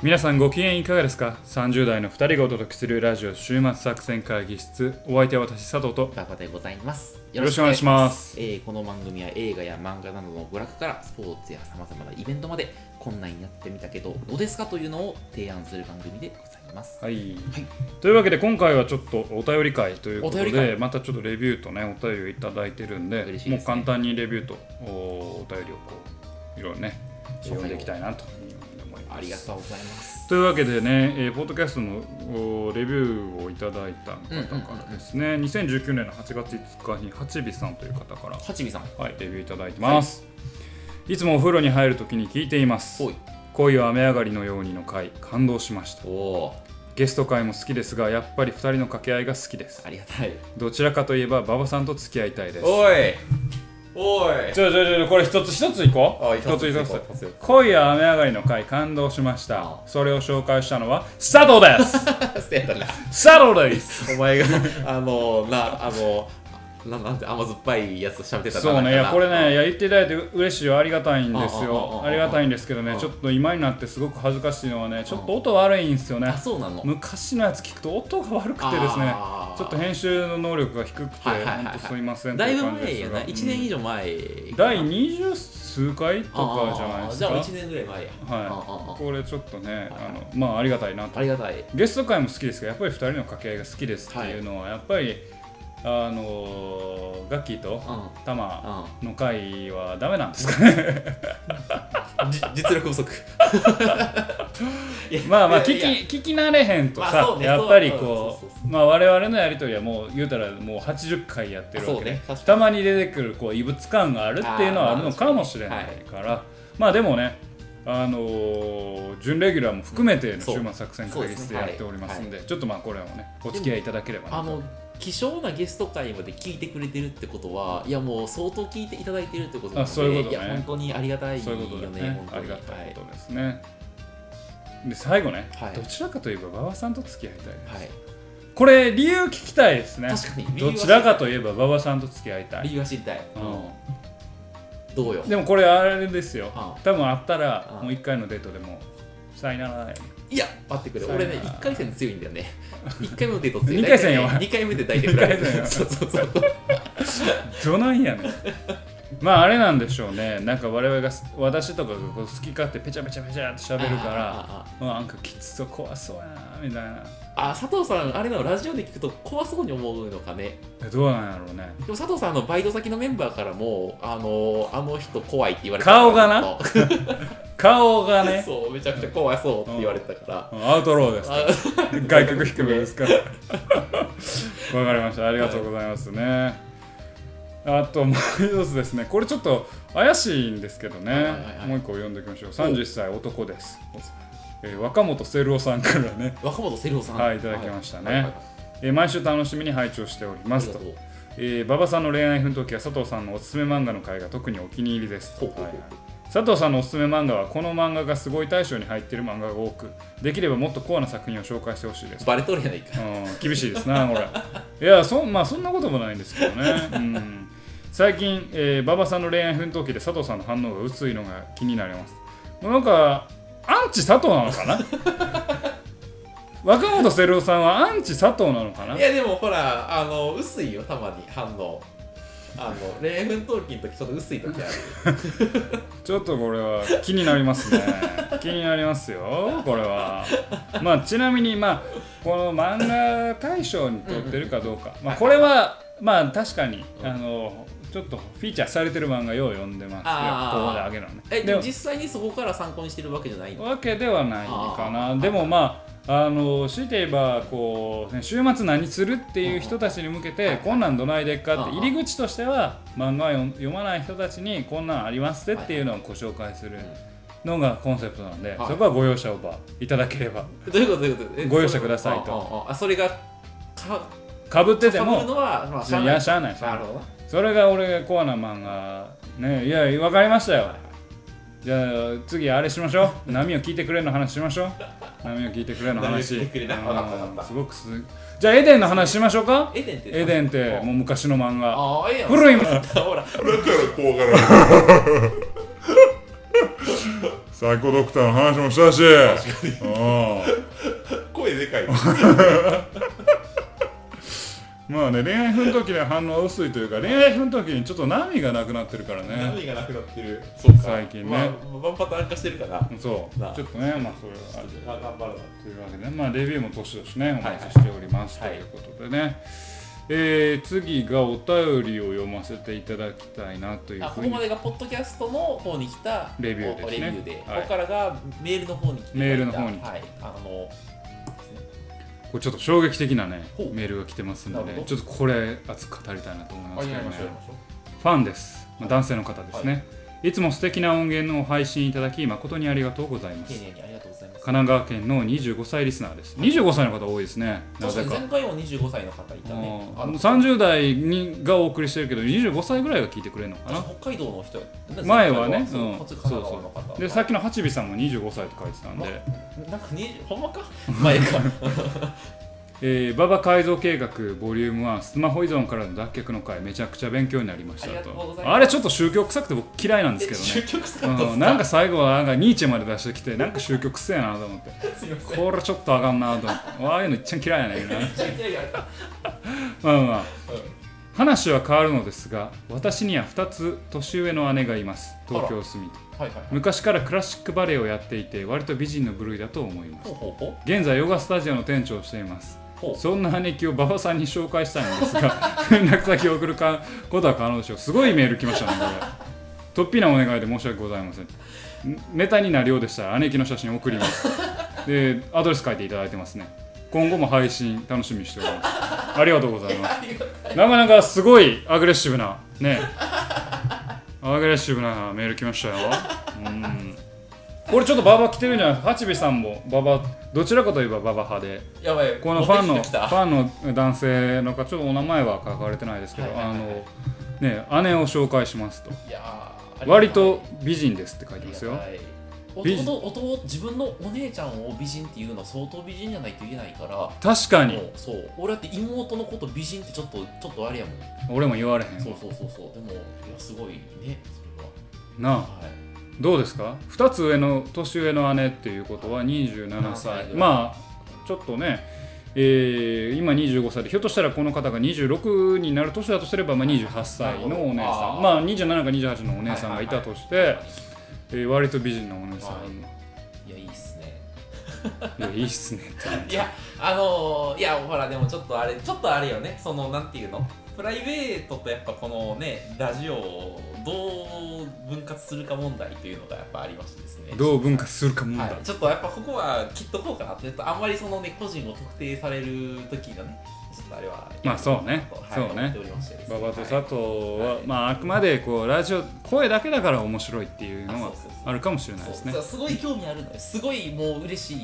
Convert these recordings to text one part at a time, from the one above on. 皆さんご機嫌いかがですか ?30 代の2人がお届けするラジオ週末作戦会議室お相手は私佐藤とバカでございます。よろしくお願いしますよろしくお願いします。えーこの番組は映画や漫画などの娯楽からスポーツやさまざまなイベントまでこんなにやってみたけどどうですかというのを提案する番組でございます。はい、はいというわけで今回はちょっとお便り会ということお便りでまたちょっとレビューとねお便りをいただいてるんで嬉しいもでうすね簡単にレビューとおお便りをこういろいろね読んでいきたいなと思いますありがとうございます。というわけでね、えーポッドキャストのおレビューをいただいた方からですね、2019年の8月5日に八尾さんという方から、はちみさん、はい、レビューいただいてます、い、つもお風呂に入るときに聞いていますほい。恋は雨上がりのようにの回感動しましたおおゲスト回も好きですがやっぱり2人の掛け合いが好きですー、ありがたい。どちらかといえば馬場さんと付き合いたいですおいおいちょちょちょこれ一つ一ついこあう一つ一つ一一つつ一つ恋は雨上がりの回感動しましあたそれを紹介したのは佐藤です せやった な。佐藤ですお前が、 あの、な、あの、ななんて甘酸っぱいやつ喋ってたなそうねいなんやかなこれねいや言っていただいて嬉しいよありがたいんですあああよああありがたいんですけどねあちょっと今になってすごく恥ずかしいのはねちょっと音悪いんですよねあ、そうなの。昔のやつ聞くと音が悪くてですねあーちょっと編集の能力が低くてはいはいはい本当すいませんだいぶとう感じで前すやがな、1年以上前うん第二十数回とかじゃないですかあーじゃあ1年ぐらい前やあはああいこれちょっとねはいあのまあありがたいなあとりがたいゲスト会も好きですけどやっぱり二人の掛け合いが好きですっていうのはやっぱりあのーガッキーとうタマの回はダメなんですかねんじ実力不足いやまあまあいや聞いやき聞き慣れへんとまあさそうねやっぱりこそうそうそううまあ我々のやり取りはもう言うたらもう80回やってるわそけうでね確かたまに出てくるこう異物感があるっていうのはあるのかもしれないからまあでもねあのー準レギュラーも含めてのそ週う末作戦会議室でやっておりますんでちょっとまあこれもねお付き合いいただければなあの希少なゲスト会まで聞いてくれてるってことはいやもう相当聞いていただいてるってことなのであそういうことねや本当にありがたいよそうねいうことだよね本当あにりがたはいいことですねで最後ねはいどちらかといえば馬場さんと付き合いたいですはいこれ理由聞きたいですね確かに理由どはちらかといえば馬場さんと付き合いた理い、由は知りたい、うどうよん、でもこれあれですようん多分あったらうんもう1回のデートでもさよならいや待ってくれさよ俺ならね1回戦強いん だよね1回目のデート強い二回戦よお前2回目で大体振られ二回戦よるそうそうそうどないやねんまああれなんでしょうねなんか我々が私とかがこう好き勝手ペチャペチャペチャって喋るからあうんなんかきつそう怖そうやなみたいなあ佐藤さんあれなのラジオで聞くと怖そうに思うのかねえどうなんやろうねでも佐藤さんあのバイト先のメンバーからもあのあの人怖いって言われて顔がなな顔がね そうめちゃくちゃ怖そうって言われてたから、うんアウトローですあ外角低めですからわかりましたありがとうございますね、あともう一つですねこれちょっと怪しいんですけどね、はいはいはいもう一個読んでおきましょう30歳男です、えー若本セルオさんからね、若本セルオさんはいいただきましたねはいはいえー毎週楽しみに拝聴しておりまありすがととうえー馬場、さんの恋愛奮闘記や佐藤さんのおすすめ漫画の回が特にお気に入りですとほうほうはほういはい佐藤さんのおすすめ漫画はこの漫画がすごい大賞に入っている漫画が多くできればもっとコアな作品を紹介してほしいですバレとるやないかうん厳しいですな、これ。いや、そ,、まあ、そんなこともないんですけどね。うん、最近、えー馬場さんの恋愛奮闘記で佐藤さんの反応が薄いのが気になります。もうなんか、アンチ佐藤なのかな若本セルオさんはアンチ佐藤なのかないやでもほらあの薄いよたまに反応あの恋愛奮闘記の時ちょっと薄い時あるちょっとこれは気になります ね気になりますよこれはまあちなみにまあこの漫画大賞に取ってるかどうかまあこれはまあ確かにうんあのちょっとフィーチャーされてる漫画よう読んでますよあーここであげるのねえででもも実際にそこから参考にしてるわけじゃないのわけではないかあなーでもまああの強いて言えばこうね週末何するっていう人たちに向けうんうてんこんなんどないでっかってうんうん入り口としては漫画を読読まない人たちにこんなんありますってっていうのをご紹介するのがコンセプトなんではいそこはご容赦をばいただければどういうことどういうことえご容赦くださいとああああそれがかかぶっててかぶるものはまあいやしゃあないしなるほどそれが俺がコアな漫画ねいや分かりましたよじゃあ次あれしましょう波を聞いてくれの話しましょう波を聞いてくれの話波を聞いてくれなうんわかったわかったすごくすじゃあエデンの話しましょうかエデンってエデンってもう昔の漫画ああええやん古いもんほらだから怖がらないサイコドクターの話もしたしう声でかいんまあね恋愛奮闘期で反応薄いというか恋愛奮闘期にちょっと波がなくなってるからね波がなくなってるそうか最近ねまあ、バンパターン化してるからそうなあちょっとねまあそれはあるまあ頑張るなというわけで、まあ、レビューも年々ね、おはいはい待ちしております、はいということでね、えー次がお便りを読ませていただきたいなというあふこうこにまでがポッドキャストの方に来たレビューですねレビューで、はいここからがメールの方に来ていただいたメールの方にはい、あのこれちょっと衝撃的なねほうメールが来てますのなで、るほどちょっとこれ熱く語りたいなと思いますけどねょうファンです、まあ、男性の方ですね、い、つも素敵な音源の配信いただき誠にありがとうございます丁神寧にありがとうございます奈川県の25歳リスナーです25歳の方多いですねなぜ確かかに前回も25歳の方いあたねーあもうの30代にがお送りしてるけど25歳ぐらいが聞いてくれるのかな北海道の人前はねそううんこっち神奈川の方でさっきの八尾さんも25歳って書いてたんで、まなんか20ほんまか前かえー、馬場改造計画ボリューム1スマホ依存からの脱却の回めちゃくちゃ勉強になりましたありがとうございますあれちょっと宗教臭くて僕嫌いなんですけ終ど局臭かっねたっ、すうん、なんか最後はなんかニーチェまで出してきてなんか宗教臭いなと思ってすいませんこれちょっとあかんなと思ってああいうのいっちゃ嫌いやねんな いやいやいやまあまあうん話は変わるのですが私には2つ年上の姉がいます東京住みはいはいはい昔からクラシックバレエをやっていて割と美人の部類だと思いますほうほうほう現在ヨガスタジオの店長をしていますほうそんな姉貴を馬場さんに紹介したいのですが 連絡先を送るかことは可能でしょうすごいメール来ましたねこれ突飛なお願いで申し訳ございませんんネタになるようでしたら姉貴の写真を送りますでアドレス書いていただいてますね今後も配信楽しみにしておりますありがとうございますなかなかすごいアグレッシブなねアグレッシブなメール来ましたようんこれちょっと馬場来てるんじゃない八部さんも馬場どちらかといえば馬場派でやばいこのファンのフ持ってきた来たァンの男性の方ちょっとお名前は書かれてないですけど、はいはいはいはいあのね姉を紹介しますといやー割と美人ですって書いあてりまがすたいよありがたい美人弟弟自分のお姉ちゃんを美人っていうのは相当美人じゃないと言えないから確かにもうそう俺だって妹のこと美人ってちょっとちょっとあれやもん俺も言われへんそうそうそうそうでもいやすごいねなそれはあはいどうですか2つ上の年上の姉っていうことは27はい歳まあちょっとねえー今25歳でひょっとしたらこの方が26になる年だとすれば、まあ、28歳のお姉さんなまあ27か28のお姉さんがいたとして、えー割と美人のお姉さん、はい、いいやいいっすねやいいっすねっていやあのーいやほらでもちょっとあれちょっとあれよねそのなんていうのプライベートとやっぱこのねラジオをどう分割するか問題というのがやっぱありましてですねどう分割するか問題、はい、ちょっとやっぱここは切っとこうかなってちょっとあんまりそのね個人を特定される時がねちょっとあれはまあそうねはい、そうね思っておりましてですね馬場とは佐い藤は、はいまああくまでこうラジオ声だけだから面白いっていうのあはそうそうそうあるかもしれないですそうねそうすごい興味あるのよすごいもう嬉しいん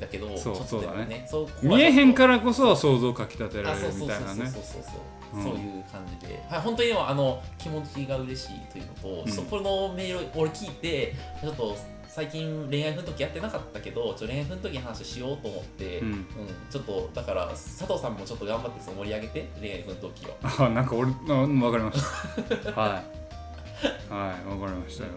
だけどそうちょっとでもそうだそうここはちょっと見えへんからこそ想像かきたてらあれそるうそうみそうたいなそうそうねそうそうう、んそういう感じで、はい、本当にでもあの気持ちが嬉しいというのと、うんそこのメールを俺聞いてちょっと最近恋愛の時やってなかったけどちょっと恋愛の時の話しようと思って、ううんんちょっとだから佐藤さんもちょっと頑張ってその盛り上げて恋愛の時を あなんか俺あうんわかりましたはいはいわかりましたよ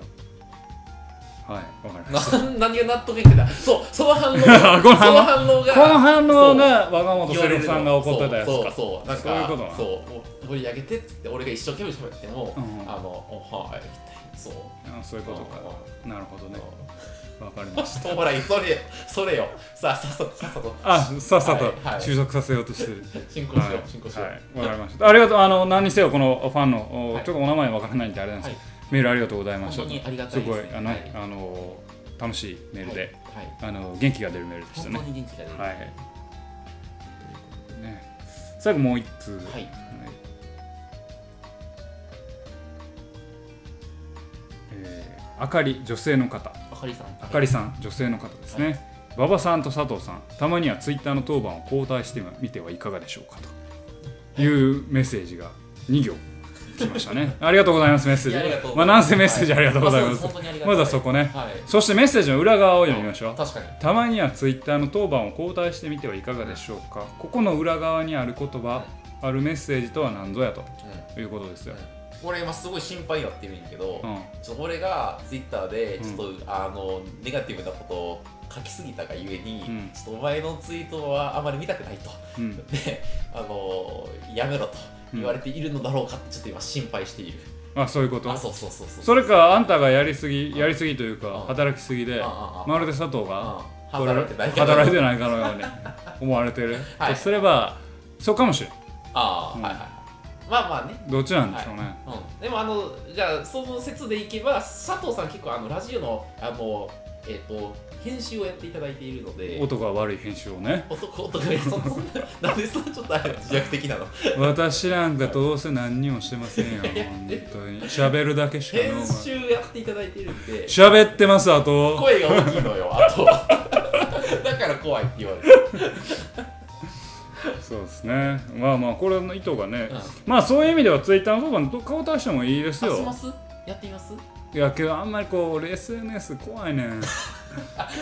はいわかりましな何が納得いってたそうその反応が この反応その反応たがこの反応が我が本セルフさんが怒ってたやつそうかそうそうなんかそういうことなそう盛り上げてっつって俺が一生懸命喋っても、うんあのおはいみたいなそうあそういうことかなるほどねわかりちょましったとほらそれそれよさあさあさあさあさあさっさとはいはい収束させようとしてるあ進行しよはう進行しい、ようははいい、わかりました。ありがとう、あの、何にせよ、このファンの、おはいちょっとお名前わからないんで、あれなんですけど、メールありがとうございま本し当た。にありがたすいでごすいね、あの、はいあの、楽しいメールで、はいはいあの、元気が出るメールでした本当ね。に元気が出るはい。ね、最後もう一通。ははいいえーあかり、女性の方。あかりさんあかりりさん、女性の方ですね。馬場さんと佐藤さん、たまにはツイッターの当番を交代してみてはいかがでしょうかというメッセージが2行来ました ね。ありがとうございます、メッセいやありがーとうジ。ごまざあ、いますなんせメッセージありがとうございます。本当にありがたまいずはそこね。はいそしてメッセージの裏側を読みましょう。確かにたまにはツイッターの当番を交代してみてはいかがでしょうか。ここの裏側にある言葉、あるメッセージとは何ぞやとういうことですよ。ん俺今すごい心配になってるんやけど、うんちょっと俺がツイッターでうんちょっと、あのネガティブなことを書きすぎたがゆえに、うんちょっとお前のツイートはあまり見たくないとうんであのやめろと言われているのだろうかってちょっと今心配している、あそういうことあそうそうそうそうそれかあんたがやりすぎやりすぎといううんか働きすぎでうんうんうんまるで佐藤がうこんれ働いてないけど働いてないかの ように思われてるはいとすればそうかもしれんああ、うんはいはいまあまあねどっちなんでしょうねうん、でもあのじゃあその説でいけば佐藤さん結構あのラジオのあの、えっと編集をやっていただいているので男は悪い編集をね男男がそそん ななんでそんなちょっとあれ自虐的なの私なんかどうせ何にもしてませんよ本当に喋るだけしか編ノーマル集やっていただいているんで喋ってますあと声が大きいのよ あとだから怖いって言われる、そうですねまあまあこれの意図がねうん、あまあそういう意味ではツイッターの方が顔出してもいいですよしますやってみますいやけどあんまりこう俺 SNS 怖いね ん結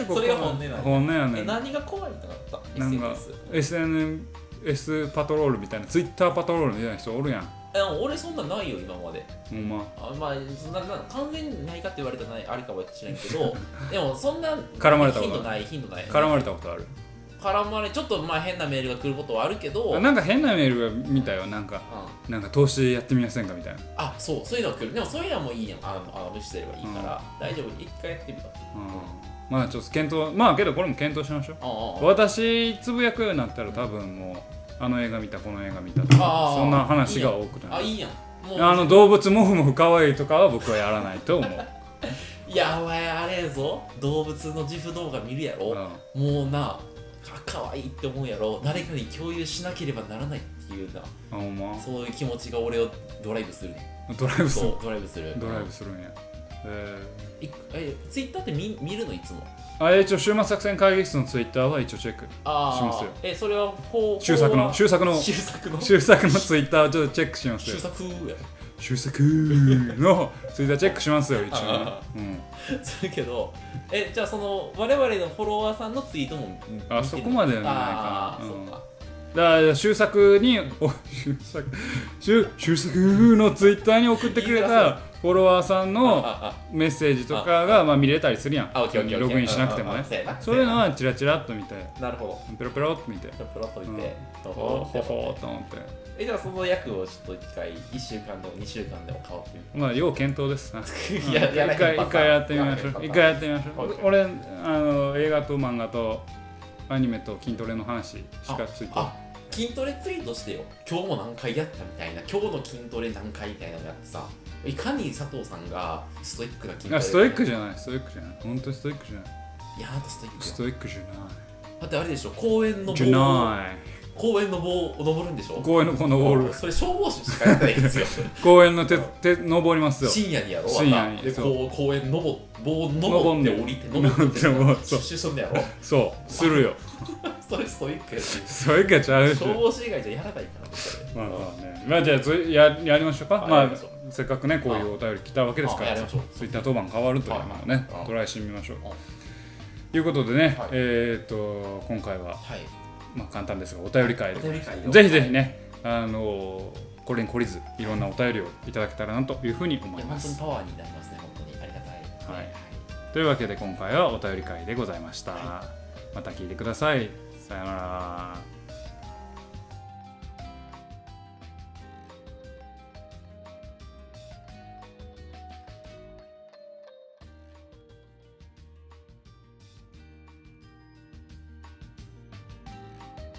それが本音なんだ本音やねえん何が怖いってなったなんか SNS SNS パトロールみたいなツイッターパトロールみたいな人おるやんえでも俺そんなないよ今までほんまあまあそんななんか完全にないかって言われたらないあるかもしれんけ どでもそんな絡まれたことある頻度ない頻度ない絡まれたことある絡まれちょっとまあ変なメールが来ることはあるけどあなんか変なメールが見たよなんかうんなんか投資やってみませんかみたいなあそうそういうのが来るでもそういうのはもういいやんあのあの無視すればいいから、大丈夫一回やってみたあうんまあちょっと検討まあけどこれも検討しましょうああ私つぶやくようになったら多分もうあの映画見たこの映画見たとかあーそんな話が多くあなあるいいやんもうあの動物もふもふかわいいとかは僕はやらないと思う、やばいあれやぞ動物の自負動画見るやうろ、んもうなかかわいいって思うやろ誰かに共有しなければならないっていうなあほんまそういう気持ちが俺をドライブするねドライブするそうドライブするドライブするんやえいえツイッターって見見るのいつもーあ一応週末作戦会議室のツイッターは一応チェックあーしますよえそれはほう週作ほうのは週作の修作の週作のツイッターをちょっとチェックしますよ修作や週作のツイッターチェックします よ一応ねあ、するけどえじゃあその我々のフォロワーさんのツイートも見てるあそこまではないかなあーうんそうかうん、だから週作にお週作週週作のツイッターに送ってくれ言いづらたフォロワーさんのああメッセージとかがまあ見れたりするやんあオッケーオッケーログインしなくてもうんねうんうんそうやなそういうのはチラチラっと見てあなるほどペロペロっと見てじゃあプロッと見て、うんどうほほほーと思ってえじゃあその役をちょっと一回一週間でも二週間でも変わってみまあ要検討ですなるうん やら一回一回やってみましょう一回やってみましょう OK 俺あの映画と漫画とアニメと筋トレの話しかついてあ筋トレツイートしてよ今日も何回やったみたいな今日の筋トレ何回みたいなのやってさいかに佐藤さんがストイックな筋トレあストイックじゃないストイックじゃない本当にストイックじゃないいやあなたストイックスよトイックじゃなだってあれでしょ公園のい棒じゃな公園の棒を登るんでしょい公園のこのウォールそれ消防士しかやってない んですよ公園の手手登りますよ深夜にやろ深夜にまたでそうこう公園のぼ棒登って降りて登登っってて登登っってそて出う社するんだやろそうするよそれストイックやしストイックじゃないし消防士以外じゃやらないからねそれまあまあねまあじゃあついややりましょうかはいまやありましょせっかくねこういうお便り来たわけですかあらやりましょうツイッター当番変わるというのをねはいトライしてみましょうはいということでねはいえっと今回ははいまあ簡単ですがお便り会おで便り会でぜひぜひね、あのーこれに懲りず、いろんなお便りをいただけたらなというふうに思いいやま本当にす。パワーになりますね本当にありがたいはいはいというわけで、今回はお便り会でございました。はまた聞いてください。さようなら。